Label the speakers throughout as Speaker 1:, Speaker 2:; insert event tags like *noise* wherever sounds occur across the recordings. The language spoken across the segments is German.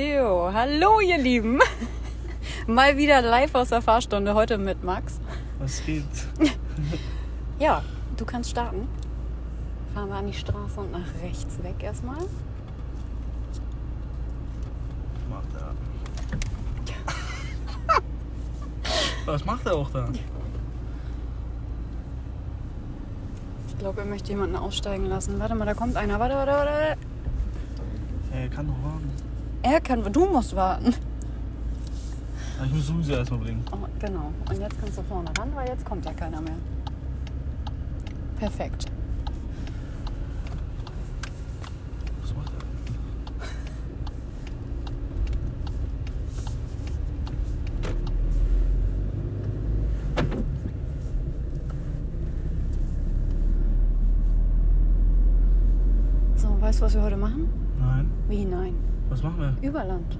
Speaker 1: So, hallo ihr Lieben. *laughs* Mal wieder live aus der Fahrstunde, heute mit Max.
Speaker 2: Was geht's?
Speaker 1: Ja, du kannst starten. Fahren wir an die Straße und nach rechts weg erstmal.
Speaker 2: Macht er. Was macht er auch da?
Speaker 1: Ich glaube, er möchte jemanden aussteigen lassen. Warte mal, da kommt einer. Warte, warte, warte.
Speaker 2: Er Äh, kann doch warten.
Speaker 1: Er kann, du musst warten.
Speaker 2: Aber Ah, Ich muss Susi erstmal bringen.
Speaker 1: Oh, genau. Und jetzt kannst du vorne ran, weil jetzt kommt ja keiner mehr. Perfekt.
Speaker 2: Was macht er?
Speaker 1: So, weißt du, was wir heute machen?
Speaker 2: Nein.
Speaker 1: Wie nein?
Speaker 2: Was machen wir?
Speaker 1: Überland.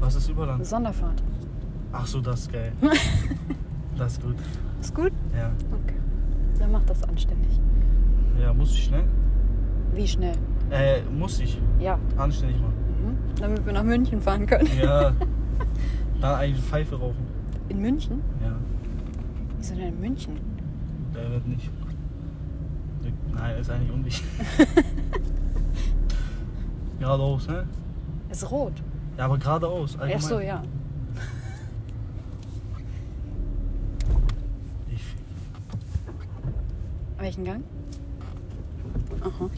Speaker 2: Was ist Überland?
Speaker 1: Sonderfahrt. *laughs*
Speaker 2: Ach so, das ist geil. Das ist gut.
Speaker 1: Ist gut?
Speaker 2: Ja.
Speaker 1: Okay. Dann mach das anständig.
Speaker 2: Ja, muss ich schnell?
Speaker 1: Wie schnell?
Speaker 2: Äh, muss ich.
Speaker 1: Ja.
Speaker 2: Anständig machen.
Speaker 1: Mhm. Damit wir nach München fahren können.
Speaker 2: Ja. *laughs* Da eigentlich Pfeife rauchen.
Speaker 1: *laughs* In München?
Speaker 2: Ja.
Speaker 1: Wieso denn in München? *laughs*
Speaker 2: Der wird nicht. Nein, ist eigentlich unwichtig. geradeaus, ne?
Speaker 1: Ist rot.
Speaker 2: Ja, aber geradeaus.
Speaker 1: Ach so,
Speaker 2: allgemein.
Speaker 1: ja.
Speaker 2: Ich
Speaker 1: Welchen Gang? Aha.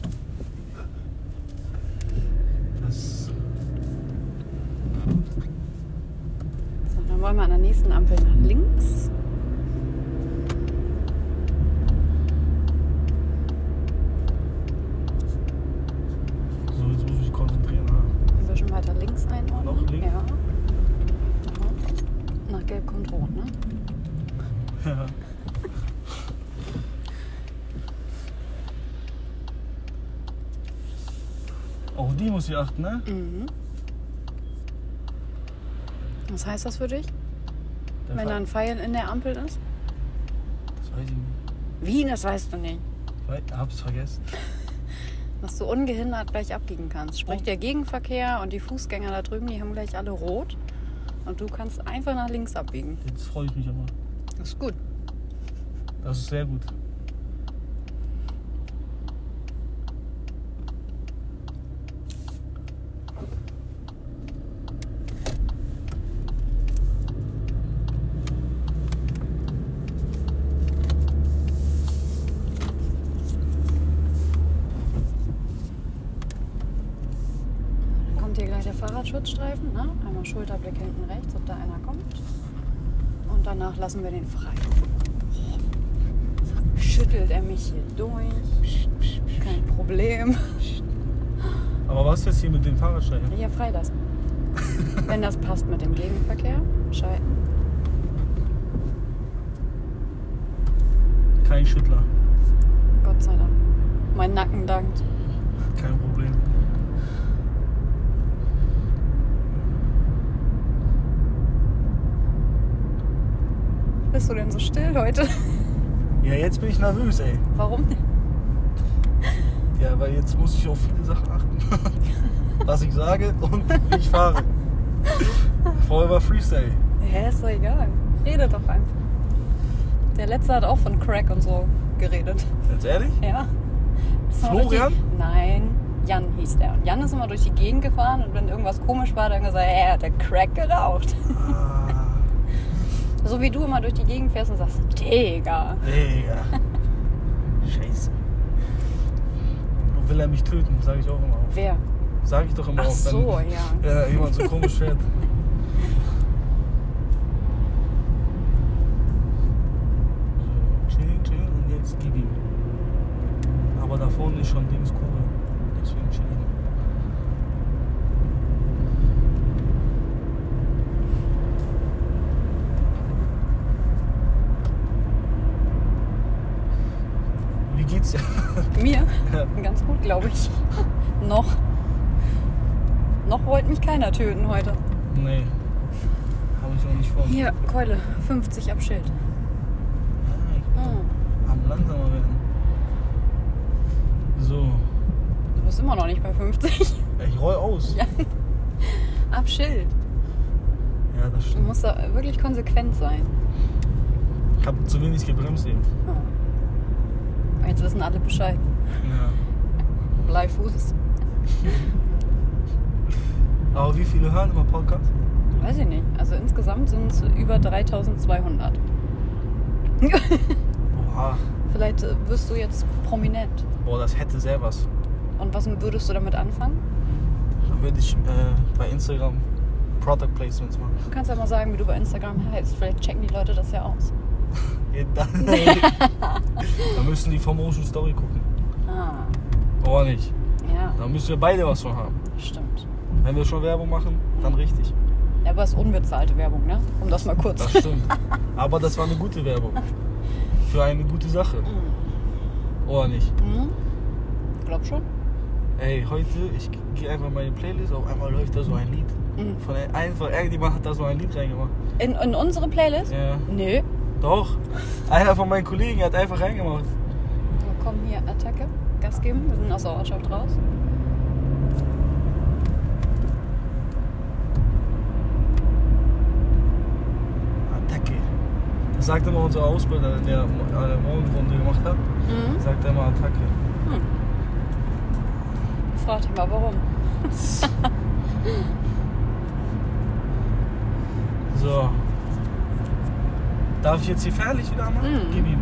Speaker 2: Das
Speaker 1: So, dann wollen wir an der nächsten Ampel nach links.
Speaker 2: so, jetzt muss ich mich konzentrieren. Ne?
Speaker 1: Ein bisschen weiter links einordnen.
Speaker 2: Noch links?
Speaker 1: Ja. Ja. Nach gelb kommt rot, ne?
Speaker 2: Ja. *laughs* Auf die muss ich achten, ne?
Speaker 1: Mhm. Was heißt das für dich,
Speaker 2: Der
Speaker 1: wenn
Speaker 2: Fall-
Speaker 1: da ein Pfeil in der Ampel ist?
Speaker 2: Das weiß ich nicht.
Speaker 1: Wie, das weißt du nicht.
Speaker 2: Wei- Hab's vergessen.
Speaker 1: Dass du ungehindert gleich abbiegen kannst. Sprich, der Gegenverkehr und die Fußgänger da drüben, die haben gleich alle rot. Und du kannst einfach nach links abbiegen.
Speaker 2: Jetzt freue ich mich aber.
Speaker 1: Das ist gut.
Speaker 2: Das ist sehr gut.
Speaker 1: Dann kommt hier gleich der Fahrradschutzstreifen. Ne? Einmal Schulterblick hinten rechts, ob da einer kommt. Und danach lassen wir den frei. Schüttelt er mich hier durch. Kein Problem.
Speaker 2: Aber was ist jetzt hier mit dem Fahrradstreifen?
Speaker 1: Ja, freilassen. Wenn das passt mit dem Gegenverkehr, schalten.
Speaker 2: Kein Schüttler.
Speaker 1: Gott sei Dank. Mein Nacken dankt.
Speaker 2: Kein Problem.
Speaker 1: Bist du denn so still heute?
Speaker 2: Ja, jetzt bin ich nervös, ey.
Speaker 1: Warum denn?
Speaker 2: Ja, weil jetzt muss ich auf viele Sachen achten. *laughs* was ich sage und wie ich fahre. Vorher war Freestyle.
Speaker 1: Hä, ist doch egal. Rede doch einfach. Der letzte hat auch von Crack und so geredet. *laughs*
Speaker 2: Ganz ehrlich?
Speaker 1: Ja. Ist immer
Speaker 2: Florian?
Speaker 1: Durch die... Nein, Jan hieß der. Und Jan ist immer durch die Gegend gefahren und wenn irgendwas komisch war, dann gesagt, er hat der Crack geraucht. *laughs*
Speaker 2: Ah,
Speaker 1: So wie du immer durch die Gegend fährst und sagst, Digga.
Speaker 2: Digga. Scheiße. Und will er mich töten, sage ich auch immer auf.
Speaker 1: Wer?
Speaker 2: Sag ich doch immer
Speaker 1: Ach
Speaker 2: auf, wenn
Speaker 1: so, ja.
Speaker 2: ja, jemand so komisch fährt. So, chill, chill und jetzt gib ihm. Aber da vorne ist schon Dings Kurve. Deswegen chill ihn. Wie geht's dir? *laughs*
Speaker 1: Mir?
Speaker 2: Ja.
Speaker 1: Ganz gut, glaube ich. *laughs* Noch. Noch wollte mich keiner töten heute.
Speaker 2: Nee. Habe ich noch nicht vor.
Speaker 1: Hier, Keule, 50 am Schild.
Speaker 2: Ah, ich
Speaker 1: Hm,
Speaker 2: Am langsamer werden. So.
Speaker 1: du bist immer noch nicht bei 50.
Speaker 2: Ich roll aus.
Speaker 1: Ja. *laughs* Ab Schild.
Speaker 2: Ja, das
Speaker 1: Du
Speaker 2: stimmt.
Speaker 1: musst da wirklich konsequent sein.
Speaker 2: Ich habe zu wenig gebremst eben.
Speaker 1: Ja. Jetzt wissen alle Bescheid.
Speaker 2: Ja.
Speaker 1: Bleib Fuß.
Speaker 2: Aber wie viele hören immer Podcast?
Speaker 1: Weiß ich nicht. Also insgesamt sind es über 3200.
Speaker 2: Oha.
Speaker 1: Vielleicht äh, wirst du jetzt prominent.
Speaker 2: Boah, das hätte sehr was.
Speaker 1: Und was würdest du damit anfangen?
Speaker 2: Dann würde ich äh, bei Instagram Product Placements machen.
Speaker 1: Du kannst ja mal sagen, wie du bei Instagram heißt. Vielleicht checken die Leute das ja aus.
Speaker 2: Ja, dann, da müssen die Formotion Story gucken.
Speaker 1: Ah,
Speaker 2: Aber nicht.
Speaker 1: ja,
Speaker 2: Da müssen wir beide was von haben.
Speaker 1: stimmt.
Speaker 2: Wenn wir schon Werbung machen, dann richtig.
Speaker 1: Ja, aber es ist unbezahlte Werbung, ne? Um das mal kurz.
Speaker 2: Das stimmt. Aber das war eine gute Werbung. Für eine gute Sache. Oder nicht?
Speaker 1: Mhm. Glaub schon.
Speaker 2: Ey, heute, ich gehe einfach in meine Playlist, auf einmal läuft da so ein Lied.
Speaker 1: Mhm.
Speaker 2: Von ein- einfach, irgendjemand hat da so ein Lied reingemacht.
Speaker 1: In, in unsere Playlist?
Speaker 2: Ja,
Speaker 1: Nö.
Speaker 2: doch. Einer von meinen Kollegen hat einfach reingemacht.
Speaker 1: Wir kommen hier Attacke. Gas geben. Wir sind aus der Ortschaft raus.
Speaker 2: Attacke. Das sagt immer unser Ausbilder, der eine Morgenrunde gemacht hat.
Speaker 1: Mhm.
Speaker 2: Sagt er immer Attacke.
Speaker 1: Frag dich mal, warum.
Speaker 2: So. Darf ich jetzt hier fertig wieder machen?
Speaker 1: Mhm.
Speaker 2: Gib ihm.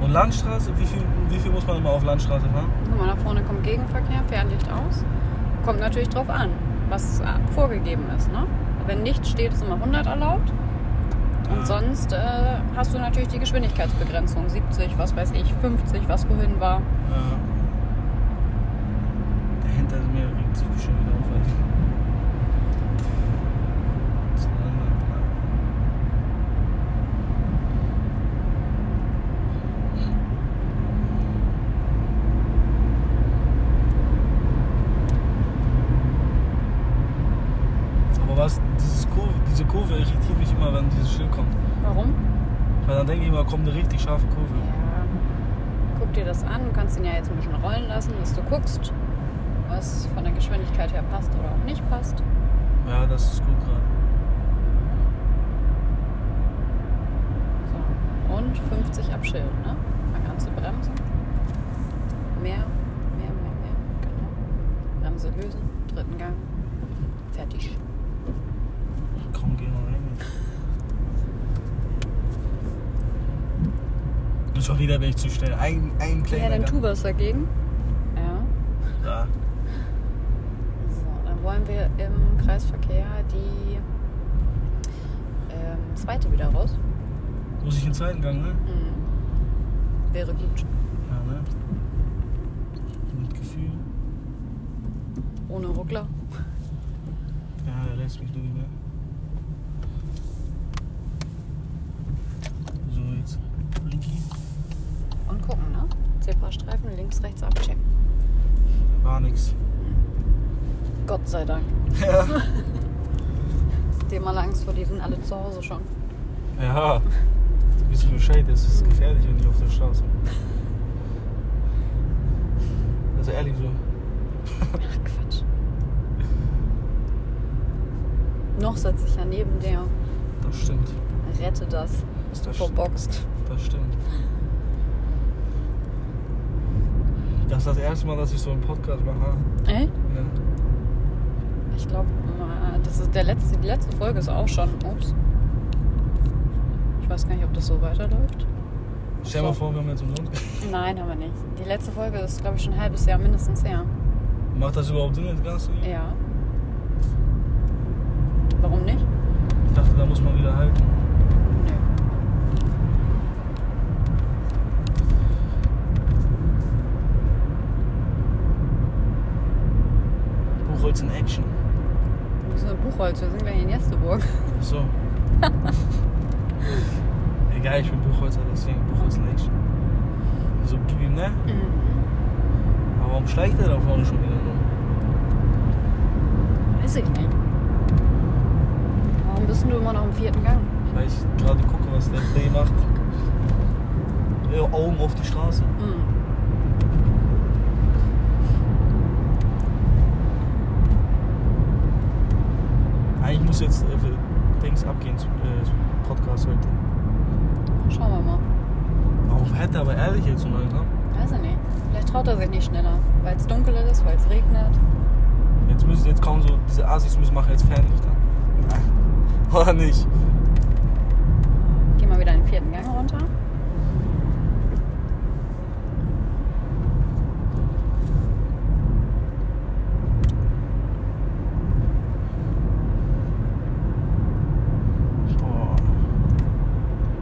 Speaker 2: Und Landstraße, wie viel, wie viel muss man immer auf Landstraße fahren?
Speaker 1: Guck mal, nach vorne kommt Gegenverkehr, Fernlicht aus. Kommt natürlich drauf an, was äh, vorgegeben ist. Ne? Wenn nicht steht, ist immer 100 erlaubt. Und
Speaker 2: Ah.
Speaker 1: sonst äh, hast du natürlich die Geschwindigkeitsbegrenzung. 70, was weiß ich, 50, was wohin war.
Speaker 2: Äh, der hinter mir regt sich die schon wieder auf. Alter. Das ist ein anderer Plan. Aber was, dieses Kurve, diese Kurve irritiert mich immer, wenn dieses Schild kommt.
Speaker 1: Warum?
Speaker 2: Weil dann denke ich immer, kommt eine richtig scharfe Kurve.
Speaker 1: Ja. Guck dir das an. Du kannst ihn ja jetzt ein bisschen rollen lassen, dass du guckst, was von der Geschwindigkeit her passt oder auch nicht passt.
Speaker 2: Ja, das ist gut gerade.
Speaker 1: So. Und 50 abschilden, ne? Fang an zu bremsen. Mehr, mehr, mehr, mehr. Genau. Bremse lösen, dritten Gang. Fertig.
Speaker 2: Komm, geh mal rein. Und schon wieder bin ich zu schnell. Ein, ein
Speaker 1: ja,
Speaker 2: kleiner
Speaker 1: dann tu
Speaker 2: Gang.
Speaker 1: was dagegen. Ja.
Speaker 2: Ja.
Speaker 1: So, dann wollen wir im Kreisverkehr die ähm, zweite wieder raus.
Speaker 2: Muss ich in den zweiten Gang, ne?
Speaker 1: Mhm. Wäre gut.
Speaker 2: Ja, ne? Mit Gefühl.
Speaker 1: Ohne Ruckler.
Speaker 2: Ja, er lässt mich durch, ne? So, jetzt. Linky.
Speaker 1: Und gucken, ne? Zebrastreifen links, rechts abchecken.
Speaker 2: War nix. *laughs*
Speaker 1: Gott sei *laughs* Dank.
Speaker 2: Ja.
Speaker 1: Dem alle Angst vor, die sind alle zu Hause schon.
Speaker 2: Ja. Du bist Bescheid, es ist gefährlich und nicht auf der Straße. Also ehrlich so.
Speaker 1: Ach Quatsch. Noch sitze ich ja neben der.
Speaker 2: Das stimmt.
Speaker 1: Rette das.
Speaker 2: Ist das
Speaker 1: Verboxt.
Speaker 2: Das stimmt. Das ist das erste Mal, dass ich so einen Podcast mache.
Speaker 1: Ey?
Speaker 2: Ja.
Speaker 1: Ich glaube, das ist der letzte, die letzte Folge ist auch schon. Ups. Ich weiß gar nicht, ob das so weiterläuft.
Speaker 2: Stell dir mal vor, wir haben jetzt umsonst.
Speaker 1: Nein, haben wir nicht. Die letzte Folge ist, glaube ich, schon ein halbes Jahr mindestens her.
Speaker 2: *laughs* Macht das überhaupt Sinn, das Ganze?
Speaker 1: Ja. Warum nicht?
Speaker 2: Ich dachte, da muss man wieder halten.
Speaker 1: Nö.
Speaker 2: Buchholz in Action.
Speaker 1: Wir sind in Buchholz, wir sind gleich in Jesteburg.
Speaker 2: Ach So. Egal, ich bin Buchholzer, deswegen Buchholz in Action. So, gib ihm, ne? Aber warum schleicht er da vorne schon wieder rum?
Speaker 1: *laughs* Weiß ich nicht. Warum bist denn du immer noch im vierten Gang?
Speaker 2: Weil ich gerade gucke, was der Play macht. äh, Augen auf die Straße.
Speaker 1: Mhm.
Speaker 2: Eigentlich Ah, muss jetzt äh, Dings abgehen, zu- äh, zum Podcast heute.
Speaker 1: Schauen wir mal.
Speaker 2: Warum hätte aber ehrlich jetzt so ne? langsam?
Speaker 1: Weiß ich nicht. Vielleicht traut er sich nicht schneller, weil es dunkel ist, weil es regnet.
Speaker 2: Jetzt müssen jetzt kaum so, diese Asis müssen machen jetzt Fernlicht an. *laughs* Oder nicht?
Speaker 1: Geh mal wieder in den vierten Gang runter.
Speaker 2: Boah.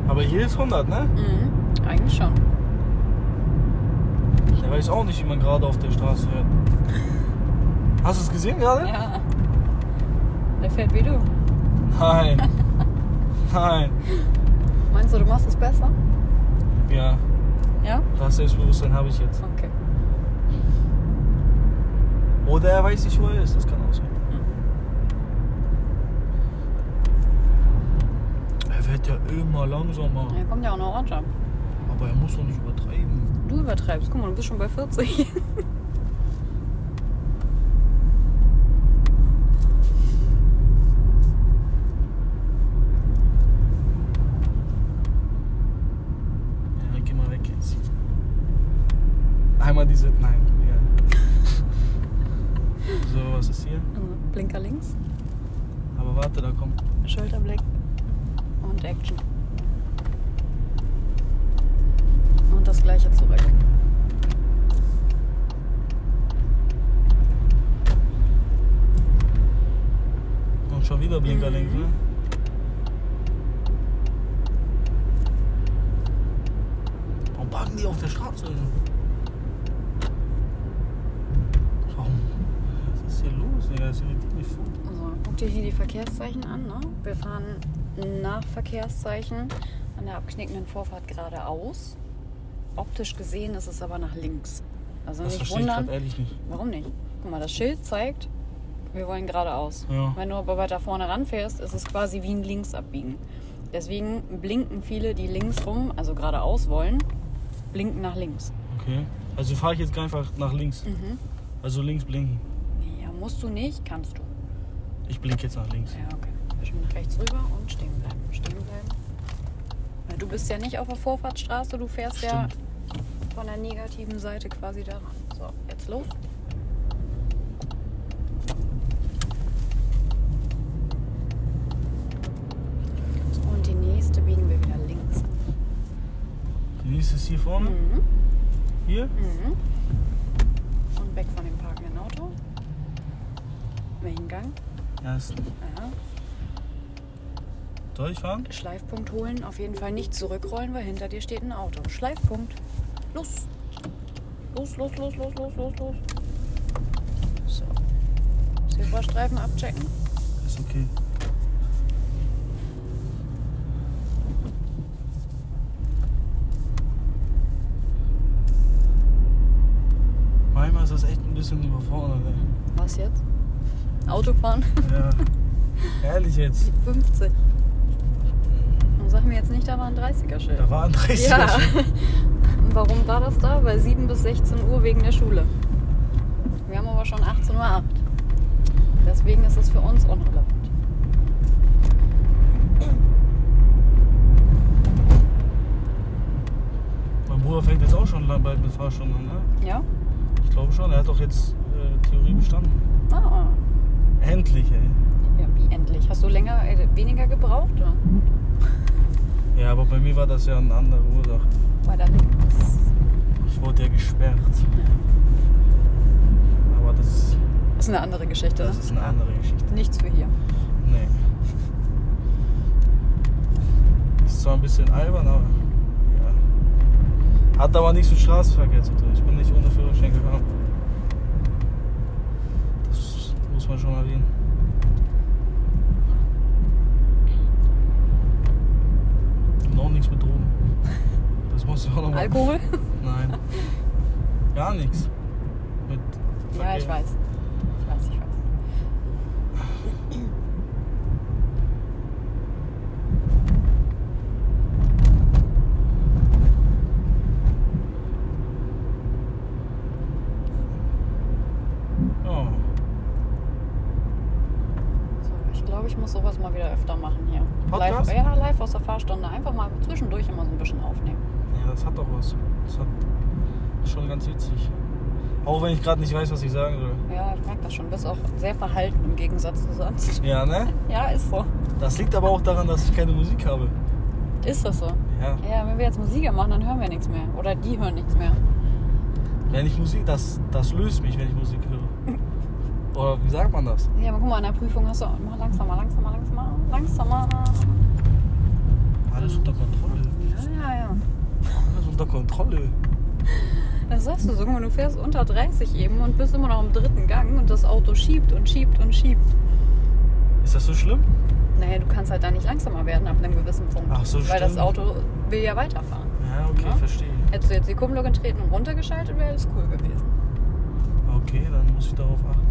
Speaker 2: Aber hier ist 100, ne?
Speaker 1: Mhm. Eigentlich schon.
Speaker 2: Der weiß auch nicht, wie man gerade auf der Straße hört. Hast du es gesehen gerade?
Speaker 1: Ja. Der fährt wie du.
Speaker 2: Nein. Nein.
Speaker 1: Meinst du, du machst es besser?
Speaker 2: Ja,
Speaker 1: Ja?
Speaker 2: das Selbstbewusstsein habe ich jetzt.
Speaker 1: Okay.
Speaker 2: Oder er weiß nicht, wo er ist. Das kann auch sein. Hm. Er wird ja immer langsamer.
Speaker 1: Ja, kommt ja auch eine Orange ab.
Speaker 2: Aber er muss doch nicht übertreiben.
Speaker 1: Du übertreibst. Guck mal, du bist schon bei 40.
Speaker 2: Ja, geh mal weg jetzt. Einmal diese. Nein, egal. so, was ist hier?
Speaker 1: *laughs* Also, Blinker links,
Speaker 2: Aber warte, da kommt.
Speaker 1: Schulterblick und Action. Und das gleiche zurück.
Speaker 2: Und schon wieder Blinker
Speaker 1: Mhm.
Speaker 2: links, ne? Warum parken die auf der Straße? Warum? Was ist hier los, Digga? Das irritiert mich voll.
Speaker 1: So, Also, guck dir hier die Verkehrszeichen an. Ne? Wir fahren nach Verkehrszeichen an der abknickenden Vorfahrt geradeaus. Optisch gesehen ist es aber nach links. Also
Speaker 2: Das
Speaker 1: nicht
Speaker 2: verstehe ich
Speaker 1: wundern.
Speaker 2: gerade ehrlich nicht.
Speaker 1: Warum nicht? Guck mal, das Schild zeigt, wir wollen geradeaus.
Speaker 2: Ja.
Speaker 1: Wenn du aber weiter vorne ranfährst, ist es quasi wie ein Linksabbiegen. Deswegen blinken viele, die links rum, also geradeaus wollen, blinken nach links.
Speaker 2: Okay. Also fahre ich jetzt gar einfach nach links.
Speaker 1: Mhm.
Speaker 2: Also links blinken.
Speaker 1: Ja, musst du nicht, kannst du.
Speaker 2: Ich blinke jetzt nach links.
Speaker 1: Ja, okay. Bestimmt nach rechts rüber und stehen bleiben. Stehen bleiben. Weil du bist ja nicht auf der Vorfahrtsstraße, du fährst
Speaker 2: Stimmt.
Speaker 1: ja von der negativen Seite quasi daran. So, jetzt los. Und die nächste biegen wir wieder links.
Speaker 2: Die nächste ist hier vorne.
Speaker 1: Mhm.
Speaker 2: Hier.
Speaker 1: Mhm. Und weg von dem parkenden Auto. Welchen Gang?
Speaker 2: Ja, ist
Speaker 1: Ja.
Speaker 2: soll ich fahren?
Speaker 1: Schleifpunkt holen, auf jeden Fall nicht zurückrollen, weil hinter dir steht ein Auto. Schleifpunkt. Los. Los, los, los, los, los, los, los. So. Zebrastreifen abchecken.
Speaker 2: Ist okay. Manchmal ist das echt ein bisschen überfordert. ey.
Speaker 1: Was jetzt? *laughs* Autofahren?
Speaker 2: Ja. Ehrlich jetzt.
Speaker 1: 50. Und sag mir jetzt nicht, da war ein 30er-Schild.
Speaker 2: Da war ein 30
Speaker 1: ja. Warum war das da? Weil 7 bis 16 Uhr wegen der Schule. Wir haben aber schon 18.08 Uhr. Deswegen ist es für uns unrelevant.
Speaker 2: Mein Bruder fängt jetzt auch schon lang- bald mit Fahrstunden an, ne?
Speaker 1: Ja?
Speaker 2: Ich glaube schon. Er hat doch jetzt äh, Theorie bestanden.
Speaker 1: Ah.
Speaker 2: Endlich, ey.
Speaker 1: Ja, wie endlich? Hast du länger, äh, weniger gebraucht? Oder?
Speaker 2: Ja, aber bei mir war das ja eine andere Ursache.
Speaker 1: War da links?
Speaker 2: Ich wurde ja gesperrt. Aber das,
Speaker 1: Ist eine andere Geschichte.
Speaker 2: das
Speaker 1: Ne?
Speaker 2: ist eine andere Geschichte.
Speaker 1: Nichts für hier.
Speaker 2: Nee. Ist zwar ein bisschen albern, aber. Ja. Hat aber nichts mit Straßenverkehr zu tun. Ich bin nicht ohne Führerschein gefahren. Das muss man schon erwähnen. Und auch nichts mit Drogen. Das musst du auch noch mal-
Speaker 1: Alkohol? *laughs*
Speaker 2: Nein. Gar nichts. Mit
Speaker 1: Ja, ich
Speaker 2: Verkehr.
Speaker 1: weiß. Ich weiß, ich weiß.
Speaker 2: Oh.
Speaker 1: glaube, ich muss sowas mal wieder öfter machen hier.
Speaker 2: Podcast?
Speaker 1: Live, ja, live aus der Fahrstunde. Einfach mal zwischendurch immer so ein bisschen aufnehmen.
Speaker 2: Ja, das hat doch was. Das hat ist schon ganz witzig. Auch wenn ich gerade nicht weiß, was ich sagen soll.
Speaker 1: Ja, ich merke das schon. Du bist auch sehr verhalten im Gegensatz zu sonst. *laughs*
Speaker 2: Ja, ne?
Speaker 1: Ja, ist so.
Speaker 2: Das liegt aber auch daran, dass ich keine Musik habe.
Speaker 1: Ist das so?
Speaker 2: Ja.
Speaker 1: Ja, wenn wir jetzt Musik machen, dann hören wir nichts mehr. Oder die hören nichts mehr.
Speaker 2: Wenn ich Musik, das, das löst mich, wenn ich Musik
Speaker 1: *laughs*
Speaker 2: höre. Oder wie sagt man das?
Speaker 1: Ja, aber guck mal, in der Prüfung hast du auch immer langsamer, langsamer, langsamer, langsamer.
Speaker 2: Alles unter Kontrolle.
Speaker 1: Ja, ja, ja.
Speaker 2: Alles unter Kontrolle.
Speaker 1: Das sagst du sogar, du fährst unter 30 eben und bist immer noch im dritten Gang und das Auto schiebt und schiebt und schiebt.
Speaker 2: Ist das so schlimm?
Speaker 1: Naja, du kannst halt da nicht langsamer werden ab einem gewissen Punkt.
Speaker 2: Ach so,
Speaker 1: Weil das
Speaker 2: stimmt.
Speaker 1: Auto Ne? will ja weiterfahren.
Speaker 2: Ja, okay,
Speaker 1: Ja.
Speaker 2: verstehe.
Speaker 1: Hättest du jetzt die Kupplung getreten und runtergeschaltet, wäre alles cool gewesen.
Speaker 2: Okay, dann muss ich darauf achten.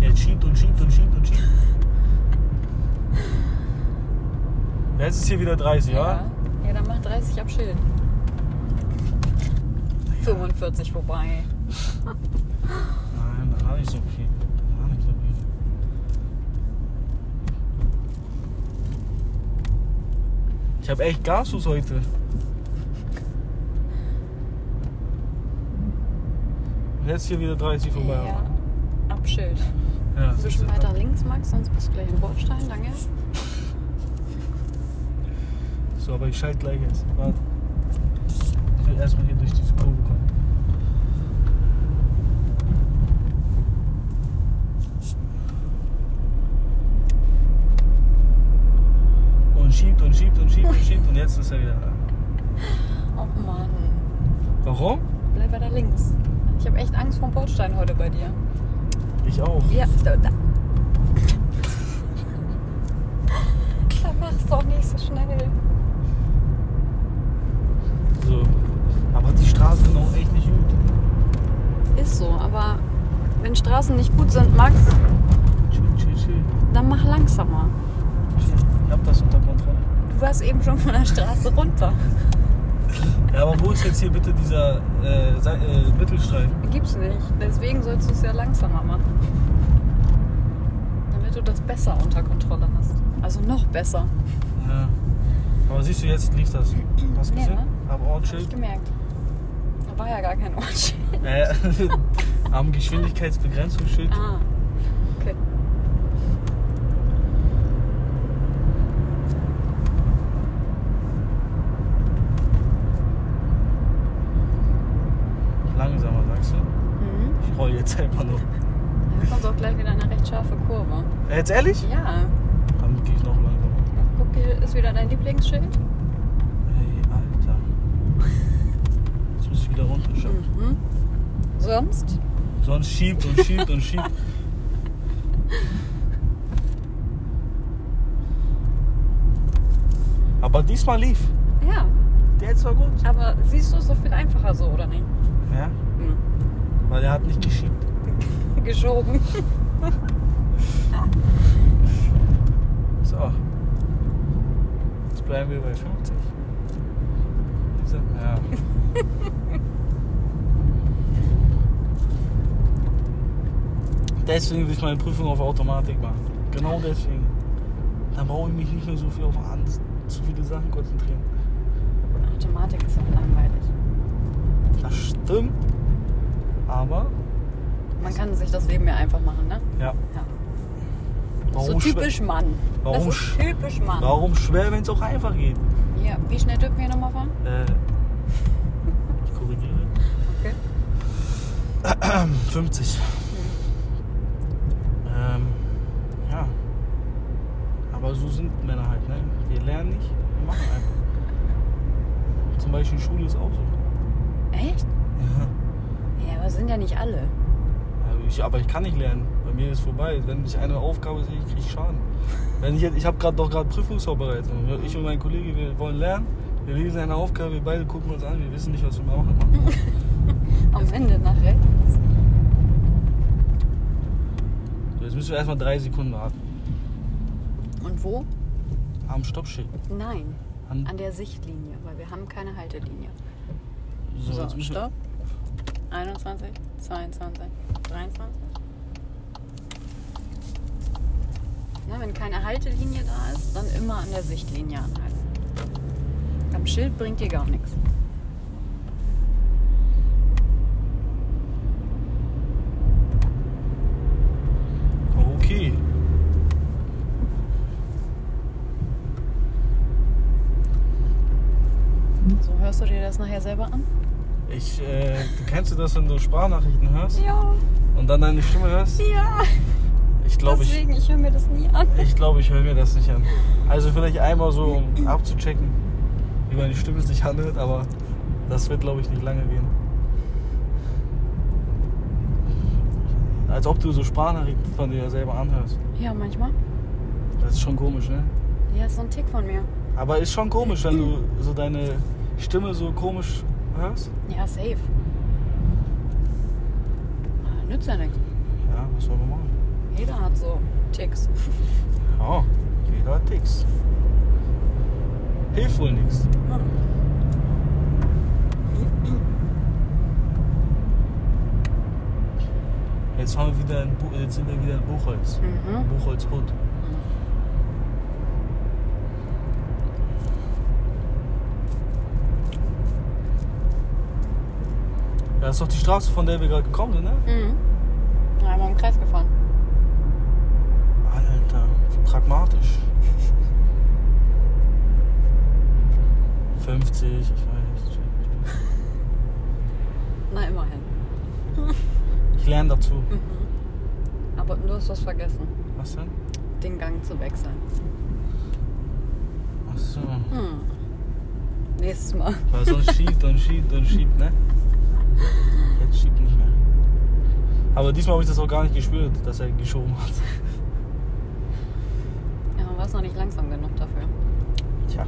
Speaker 2: Jetzt schiebt und schiebt und schiebt und schiebt. Jetzt ist hier wieder 30, ja?
Speaker 1: Ja, ja dann mach 30 ab Schild. 45 vorbei.
Speaker 2: Nein, das war nicht so viel. Das war nicht so viel. Ich habe echt Gasus heute. Und Jetzt hier wieder 30 vorbei.
Speaker 1: Ja, ab Schild.
Speaker 2: Ja,
Speaker 1: Ein bisschen
Speaker 2: siehst du.
Speaker 1: weiter links, Max, sonst bist du gleich im Bordstein. Danke.
Speaker 2: So, aber ich schalte gleich jetzt. Warte. Ich will erstmal hier durch diese Kurve kommen. Und schiebt und schiebt und schiebt und schiebt und jetzt ist er wieder da.
Speaker 1: Oh Mann,
Speaker 2: Warum?
Speaker 1: bleib weiter links. Ich habe echt Angst vom Bordstein heute bei dir.
Speaker 2: Ich auch.
Speaker 1: Ja, da, da. da mach's doch nicht so schnell.
Speaker 2: So. Aber die Straßen sind auch echt nicht gut.
Speaker 1: Ist so, aber wenn Straßen nicht gut sind, Max,
Speaker 2: Chill, chill, chill.
Speaker 1: dann mach langsamer.
Speaker 2: chill. Ich hab das unter Kontrolle.
Speaker 1: Du warst eben schon von der Straße runter.
Speaker 2: Ja, aber wo ist jetzt hier bitte dieser äh, Sei- äh, Mittelstreifen?
Speaker 1: Gibt's nicht. Deswegen sollst du es ja langsamer machen. Damit du das besser unter Kontrolle hast. Also noch besser.
Speaker 2: Ja. Äh, Aber siehst du, jetzt lief das. Hast du
Speaker 1: Ja,
Speaker 2: gesehen?
Speaker 1: ne?
Speaker 2: Am
Speaker 1: Hab ich
Speaker 2: Ortsschild.
Speaker 1: gemerkt. Da war ja gar kein Ortschild.
Speaker 2: Äh, *laughs* am Geschwindigkeitsbegrenzungsschild.
Speaker 1: Ah. Okay.
Speaker 2: Langsamer, sagst du?
Speaker 1: Mhm.
Speaker 2: Ich roll jetzt einfach nur.
Speaker 1: Da kommt auch gleich wieder eine recht scharfe Kurve.
Speaker 2: Äh, jetzt ehrlich?
Speaker 1: Ja.
Speaker 2: Dann geh ich noch langsamer.
Speaker 1: Guck, hier ist wieder dein Lieblingsschild.
Speaker 2: Ey, Alter. Jetzt muss ich wieder runterschöpfen.
Speaker 1: Mhm. Sonst?
Speaker 2: Sonst schiebt und schiebt und schiebt. Aber diesmal lief.
Speaker 1: Ja.
Speaker 2: Der jetzt war gut.
Speaker 1: Aber siehst du, ist doch viel einfacher so, oder nicht? *laughs*
Speaker 2: Ja?
Speaker 1: Mhm.
Speaker 2: Weil er hat nicht geschiebt.
Speaker 1: Geschoben.
Speaker 2: So. Jetzt bleiben wir bei 50. Diese, ja. deswegen will ich meine Prüfung auf Automatik machen. Genau deswegen. Dann brauche ich mich nicht mehr so viel auf an, zu viele Sachen konzentrieren.
Speaker 1: Automatik ist auch langweilig.
Speaker 2: Das stimmt. Aber,
Speaker 1: Man kann sich das Leben ja einfach machen, ne?
Speaker 2: ja.
Speaker 1: Ja. so
Speaker 2: Warum,
Speaker 1: typisch Mann. das
Speaker 2: Warum
Speaker 1: ist
Speaker 2: sch-
Speaker 1: typisch
Speaker 2: schwer,
Speaker 1: Mann.
Speaker 2: warum schwer, wenn es auch einfach geht?
Speaker 1: Ja. Wie schnell dürfen wir nochmal fahren?
Speaker 2: Äh, ich korrigiere.
Speaker 1: Okay.
Speaker 2: 50. Ähm, ja. Aber so sind Männer halt, ne? Wir lernen nicht, wir machen einfach. Zum Beispiel Schule ist auch so.
Speaker 1: Echt?
Speaker 2: Ja.
Speaker 1: Ja, aber sind ja nicht alle.
Speaker 2: Aber Also ich, aber ich kann nicht lernen. Bei mir ist vorbei. Wenn ich eine Aufgabe sehe, kriege ich Schaden. Wenn ich jetzt, ich habe gerade doch gerade Prüfungsvorbereitung. Ich und mein Kollege, wir wollen lernen. Wir lesen eine Aufgabe, wir beide gucken uns an, wir wissen nicht, was wir machen.
Speaker 1: Am Ende nach rechts.
Speaker 2: So, jetzt müssen wir erstmal drei Sekunden warten.
Speaker 1: Und wo?
Speaker 2: Am Stoppschild.
Speaker 1: Nein.
Speaker 2: An,
Speaker 1: An der Sichtlinie, weil wir haben keine Haltelinie.
Speaker 2: so, jetzt müssen wir-
Speaker 1: stopp. 21, 22, 23. Ne, wenn keine Haltelinie da ist, dann immer an der Sichtlinie anhalten. Am Schild bringt dir gar nichts.
Speaker 2: Okay.
Speaker 1: So hörst du dir das nachher selber an?
Speaker 2: Ich, äh, du kennst du das, wenn du Sprachnachrichten hörst
Speaker 1: Ja,
Speaker 2: und dann deine Stimme hörst?
Speaker 1: ja.
Speaker 2: Ich glaube, ich,
Speaker 1: ich höre mir das nie an.
Speaker 2: ich, glaub, ich höre mir das nicht an. Also vielleicht einmal so, um abzuchecken, wie meine Stimme sich handelt, aber das wird, glaube ich, nicht lange gehen. Als ob du so Sprachnachrichten von dir selber anhörst.
Speaker 1: Ja, manchmal.
Speaker 2: Das ist schon komisch, ne?
Speaker 1: Ja, ist so ein Tick von mir.
Speaker 2: Aber ist schon komisch, wenn du so deine Stimme so komisch hörst.
Speaker 1: Ja, safe. Ah, Nützt ja nichts.
Speaker 2: Ja, was soll man machen?
Speaker 1: Jeder hat so Ticks.
Speaker 2: Ja, jeder Oh, hat Ticks. Hilft wohl nichts.
Speaker 1: Hm.
Speaker 2: Jetzt, haben wir wieder in Bu äh, jetzt sind wir wieder in Buchholz.
Speaker 1: Mhm.
Speaker 2: Buchholz-Hut. Ja, das ist doch die Straße, von der wir gerade gekommen sind, ne?
Speaker 1: Mhm. Ja, Einmal im Kreis gefahren.
Speaker 2: Alter, wie pragmatisch. 50, ich weiß nicht.
Speaker 1: Na, immerhin.
Speaker 2: Ich lerne dazu.
Speaker 1: Mhm. Aber du hast was vergessen,
Speaker 2: Was denn?
Speaker 1: den Gang zu wechseln.
Speaker 2: Achso.
Speaker 1: Hm. Nächstes Mal.
Speaker 2: Weil sonst schiebt und schiebt und schiebt, ne? Jetzt schiebt nicht mehr. Aber diesmal habe ich das auch gar nicht gespürt, dass er geschoben hat.
Speaker 1: Ja, man war noch nicht langsam genug dafür.
Speaker 2: Tja.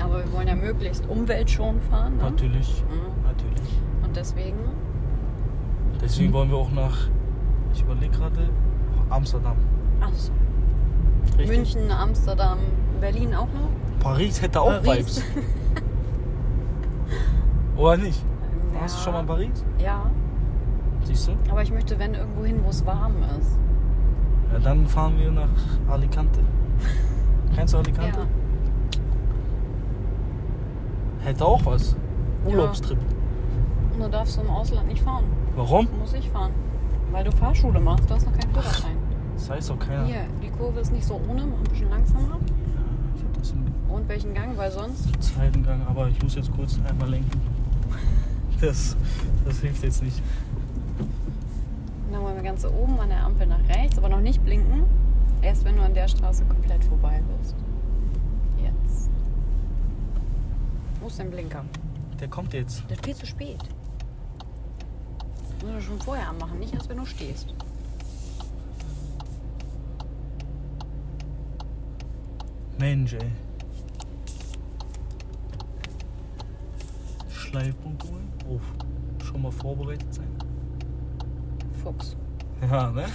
Speaker 1: Aber wir wollen ja möglichst umweltschonend fahren. Ne?
Speaker 2: Natürlich.
Speaker 1: Mhm.
Speaker 2: Natürlich.
Speaker 1: Und deswegen
Speaker 2: Deswegen wollen wir auch nach, ich überlege gerade, Amsterdam.
Speaker 1: ach so,
Speaker 2: Richtig?
Speaker 1: München, Amsterdam, Berlin auch noch?
Speaker 2: Paris hätte auch
Speaker 1: Paris.
Speaker 2: Vibes. Oder *laughs* nicht?
Speaker 1: Ja.
Speaker 2: Warst du schon mal in Paris?
Speaker 1: Ja,
Speaker 2: Siehst du?
Speaker 1: aber ich möchte, wenn irgendwo hin, wo es warm ist.
Speaker 2: Ja, dann fahren wir nach Alicante.
Speaker 1: *laughs*
Speaker 2: Kennst du Alicante?
Speaker 1: Ja.
Speaker 2: Hätte auch was.
Speaker 1: Ja.
Speaker 2: Urlaubstrip.
Speaker 1: Nur darfst du im Ausland nicht fahren.
Speaker 2: Warum?
Speaker 1: Muss ich fahren. Weil du Fahrschule machst, du hast noch keinen Führerschein.
Speaker 2: Das heißt doch keiner.
Speaker 1: Hier, die Kurve ist nicht so ohne, mach ein bisschen langsamer.
Speaker 2: Ja, ich habe das im
Speaker 1: Und welchen Gang, weil sonst.
Speaker 2: zweiten Gang, aber ich muss jetzt kurz einmal lenken. Das, das hilft jetzt nicht.
Speaker 1: Dann wollen wir ganz oben an der Ampel nach rechts, aber noch nicht blinken. Erst wenn du an der Straße komplett vorbei bist. Jetzt. Wo ist dein Blinker?
Speaker 2: Der kommt jetzt.
Speaker 1: Das ist viel zu spät. Muss man schon vorher anmachen, nicht erst wenn du stehst.
Speaker 2: Mensch, ey. Schleifpunkt holen. Oh, schon mal vorbereitet sein.
Speaker 1: Fuchs. *laughs*
Speaker 2: Ja, ne?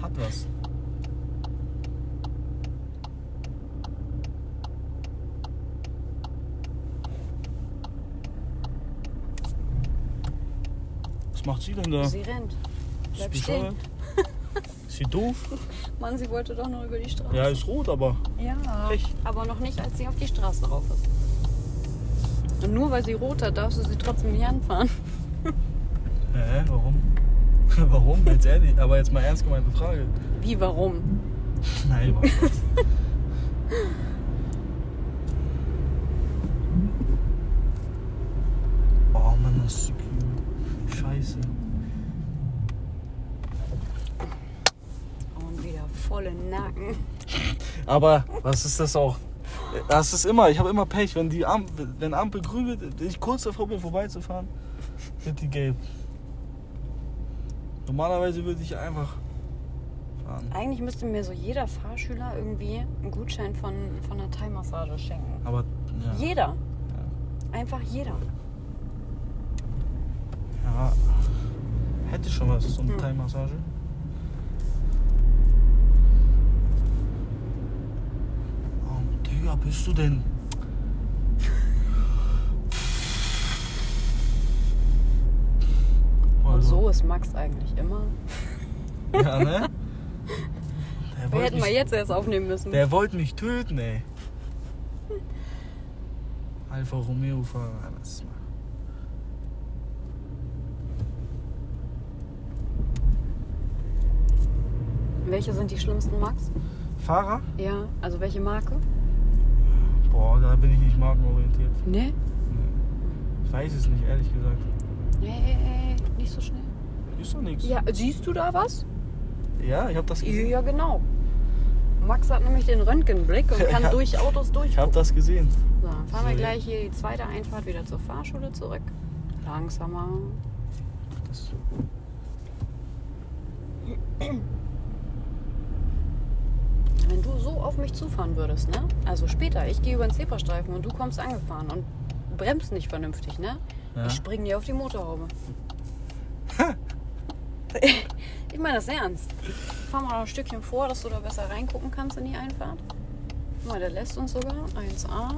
Speaker 2: Hat was. Was macht sie denn da?
Speaker 1: Sie rennt.
Speaker 2: Ist
Speaker 1: bleibt
Speaker 2: die
Speaker 1: stehen.
Speaker 2: scheu? Ist sie doof?
Speaker 1: *laughs* Mann, sie wollte doch noch über die Straße.
Speaker 2: Ja, ist rot, aber
Speaker 1: Ja,
Speaker 2: Echt?
Speaker 1: aber noch nicht, als sie auf die Straße rauf ist. Und nur weil sie rot hat, darfst du sie trotzdem nicht anfahren.
Speaker 2: Hä, warum? *laughs* warum? Jetzt ehrlich, aber jetzt mal ernst gemeinte Frage.
Speaker 1: Wie, warum?
Speaker 2: Nein, war Spaß. *laughs* oh Mann, das ist kühl. Scheiße.
Speaker 1: Und wieder volle Nacken.
Speaker 2: Aber was ist das auch? Das ist immer, ich habe immer Pech, wenn die Am wenn Ampel grün wird, ich kurz davor bin vorbeizufahren, wird die gelb. Normalerweise würde ich einfach fahren.
Speaker 1: Eigentlich müsste mir so jeder Fahrschüler irgendwie einen Gutschein von, von einer Thai-Massage schenken.
Speaker 2: Aber ja,
Speaker 1: Jeder. Einfach jeder.
Speaker 2: ja hätte schon was, so eine
Speaker 1: Hm.
Speaker 2: Thai-Massage. Oh, Digga, bist du denn?
Speaker 1: so ist Max eigentlich immer.
Speaker 2: Also,
Speaker 1: *laughs*
Speaker 2: Ja, ne? Der
Speaker 1: Wir
Speaker 2: wollte
Speaker 1: hätten mal
Speaker 2: mich,
Speaker 1: jetzt erst aufnehmen müssen.
Speaker 2: der wollte mich töten, ey. Alfa Romeo Fahrer, alles mal.
Speaker 1: Welche sind die schlimmsten Max?
Speaker 2: Fahrer?
Speaker 1: Ja, also welche Marke?
Speaker 2: Boah, da bin ich nicht markenorientiert.
Speaker 1: Ne?
Speaker 2: Ich weiß es nicht, ehrlich gesagt.
Speaker 1: Nee, ey, ey, nicht so schnell.
Speaker 2: Ist doch nichts.
Speaker 1: Ja, siehst du da was?
Speaker 2: Ja, ich hab das gesehen.
Speaker 1: Ja, genau. Max hat nämlich den Röntgenblick
Speaker 2: *laughs*
Speaker 1: und kann
Speaker 2: Ja.
Speaker 1: durch Autos durch.
Speaker 2: Ich hab das gesehen.
Speaker 1: So, dann fahren wir
Speaker 2: So,
Speaker 1: gleich hier die zweite Einfahrt wieder zur Fahrschule zurück. Langsamer.
Speaker 2: Das
Speaker 1: Wenn du so auf mich zufahren würdest, ne? Also später, ich gehe über den Zebrastreifen und du kommst angefahren und bremst nicht vernünftig, ne?
Speaker 2: Ja.
Speaker 1: Ich spring dir auf die Motorhaube. ich meine das ernst. Fahr mal noch ein Stückchen vor, dass du da besser reingucken kannst in die Einfahrt. Guck mal, der lässt uns sogar. 1A.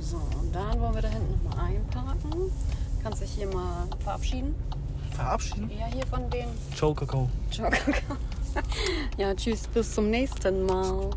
Speaker 1: So, und dann wollen wir da hinten nochmal einparken. Kannst dich hier mal verabschieden.
Speaker 2: Verabschieden.
Speaker 1: Ja, hier von den
Speaker 2: Ciao, Kakao.
Speaker 1: *laughs* Ciao, Kakao. Ja, tschüss, bis zum nächsten Mal.